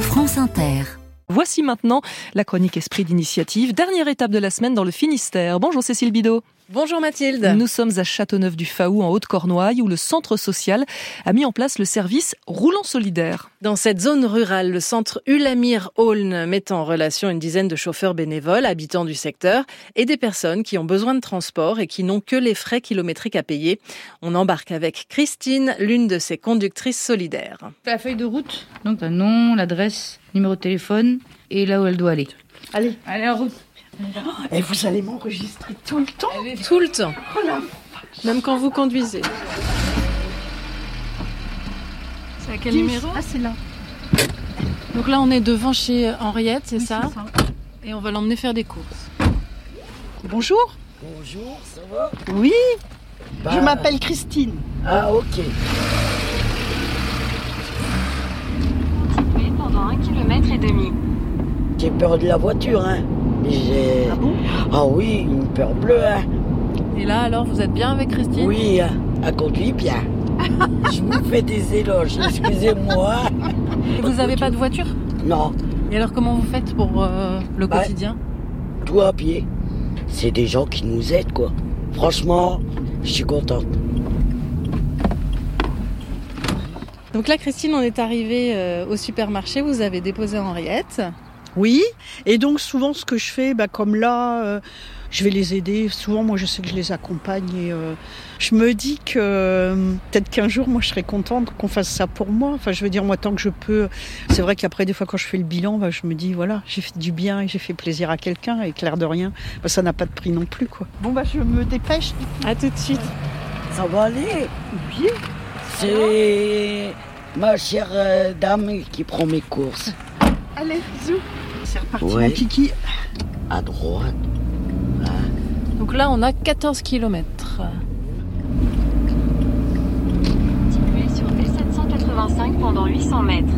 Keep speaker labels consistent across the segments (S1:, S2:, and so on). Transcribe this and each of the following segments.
S1: France Inter.
S2: Voici maintenant la chronique Esprit d'initiative, dernière étape de la semaine dans le Finistère. Bonjour Cécile Bidot.
S3: Bonjour Mathilde.
S2: Nous sommes à Châteauneuf-du-Faou, en Haute-Cornouaille, où le centre social a mis en place le service Roulant Solidaire.
S3: Dans cette zone rurale, le centre Ulamir Aulne met en relation une dizaine de chauffeurs bénévoles, habitants du secteur, et des personnes qui ont besoin de transport et qui n'ont que les frais kilométriques à payer. On embarque avec Christine, l'une de ses conductrices solidaires.
S4: La feuille de route, donc un nom, l'adresse, numéro de téléphone et là où elle doit aller.
S5: Allez,
S4: Allez, en route.
S5: et vous allez m'enregistrer tout le temps
S3: Tout le temps,
S5: Oh la
S3: même quand vous conduisez.
S6: C'est à quel numéro
S5: Ah, c'est là.
S6: Donc là, on est devant chez Henriette, c'est
S5: Oui,
S6: ça
S5: c'est ça.
S6: Et on va l'emmener faire des courses.
S5: Bonjour.
S7: Bonjour, ça va
S5: Oui, je
S7: Bah,
S5: m'appelle Christine.
S7: Ah, ok.
S8: pendant un kilomètre et demi.
S7: J'ai peur de la voiture, hein. Mais j'ai.
S5: Ah bon
S7: Ah oui, une peur bleue, hein.
S6: Et là, alors, vous êtes bien avec Christine
S7: Oui, hein. elle conduit bien. Je vous fais des éloges, excusez-moi.
S6: Et vous n'avez pas de voiture
S7: Non,
S6: Et alors, comment vous faites pour euh, le
S7: Bah,
S6: quotidien
S7: tout à pied. C'est des gens qui nous aident, quoi. Franchement, je suis contente.
S3: Donc là, Christine, on est arrivé euh, au supermarché, vous avez déposé Henriette.
S5: Oui, et donc souvent ce que je fais, bah, comme là, euh, je vais les aider. Souvent, moi, je sais que je les accompagne et euh, je me dis que euh, peut-être qu'un jour, moi, je serais contente qu'on fasse ça pour moi. Enfin, je veux dire, moi, tant que je peux. C'est vrai qu'après, des fois, quand je fais le bilan, bah, je me dis, voilà, j'ai fait du bien et j'ai fait plaisir à quelqu'un. Et clair de rien, bah, ça n'a pas de prix non plus, quoi. Bon, bah, je me dépêche.
S3: À tout de suite.
S7: Ça va aller
S5: Oui.
S7: C'est ma chère euh, dame qui prend mes courses.
S5: Allez, zou. C'est reparti,
S7: Ouais.
S5: mon kiki.
S7: À droite.
S6: Donc là, on a 14 kilomètres.
S8: Situé sur D785 pendant 800 mètres.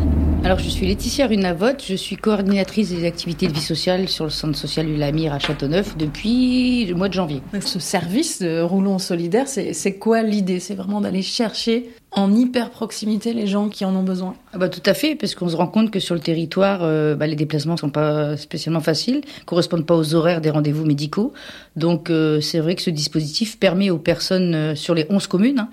S9: Alors, je suis Laetitia Runavotte, je suis coordinatrice des activités de vie sociale sur le centre social Ulamir à Châteauneuf depuis le mois de janvier.
S6: Donc, ce service de roulon solidaire, c'est c'est quoi l'idée C'est vraiment d'aller chercher en hyper proximité les gens qui en ont besoin.
S9: Ah bah, tout à fait, parce qu'on se rend compte que sur le territoire, euh, bah, les déplacements ne sont pas spécialement faciles, correspondent pas aux horaires des rendez-vous médicaux. Donc, euh, c'est vrai que ce dispositif permet aux personnes euh, sur les 11 communes hein,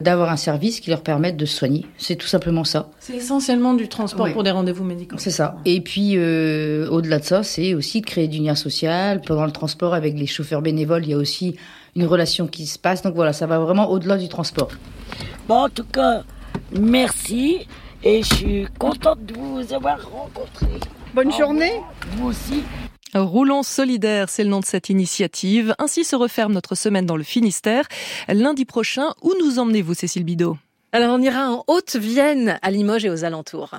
S9: d'avoir un service qui leur permette de se soigner. C'est tout simplement ça.
S6: C'est essentiellement du transport
S9: Oui.
S6: pour des rendez-vous médicaux.
S9: C'est ça. Et puis, euh, au-delà de ça, c'est aussi de créer du lien social. Pendant le transport avec les chauffeurs bénévoles, il y a aussi une relation qui se passe. Donc voilà, ça va vraiment au-delà du transport.
S7: Bon, en tout cas, merci. Et je suis contente de vous avoir rencontré.
S5: Bonne
S7: Au
S5: journée.
S7: revoir. Vous aussi.
S2: Roulons solidaire, c'est le nom de cette initiative. Ainsi se referme notre semaine dans le Finistère. Lundi prochain, où nous emmenez-vous, Cécile Bidot
S3: Alors on ira en Haute-Vienne, à Limoges et aux alentours.